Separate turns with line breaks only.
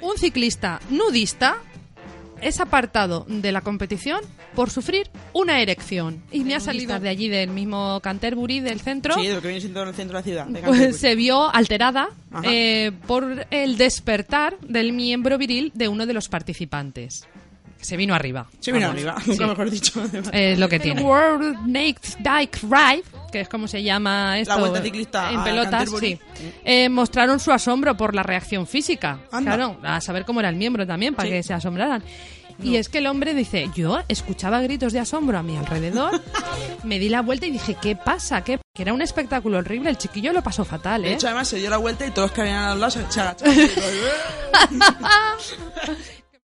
Un ciclista nudista es apartado de la competición por sufrir una erección. Y me ha salido de allí, del mismo Canterbury, del centro.
Sí, de lo que viene siendo el centro de la ciudad. de
Pues
Canterbury.
se vio alterada
Ajá.
eh, por el despertar del miembro viril de uno de los participantes. Se vino arriba.
Sí, mira,
Vamos,
arriba.
sí.
Nunca mejor dicho. además.
Es lo que
El
tiene.
World-
World Naked Dyke Ride, que es como se llama esto.
vuelta ciclista
En
a
pelotas,
Canterbury.
sí. Eh, mostraron su asombro por la reacción física.
Anda.
Claro, a saber cómo era el miembro también, para
Sí.
que se asombraran. Y es que el hombre dice, yo escuchaba gritos de asombro a mi alrededor, me di la vuelta y dije, ¿qué pasa? ¿Qué? Que era un espectáculo horrible, el chiquillo lo pasó fatal,
De
¿eh?
hecho, además se dio la vuelta y todos que habían al lado se se agacharon.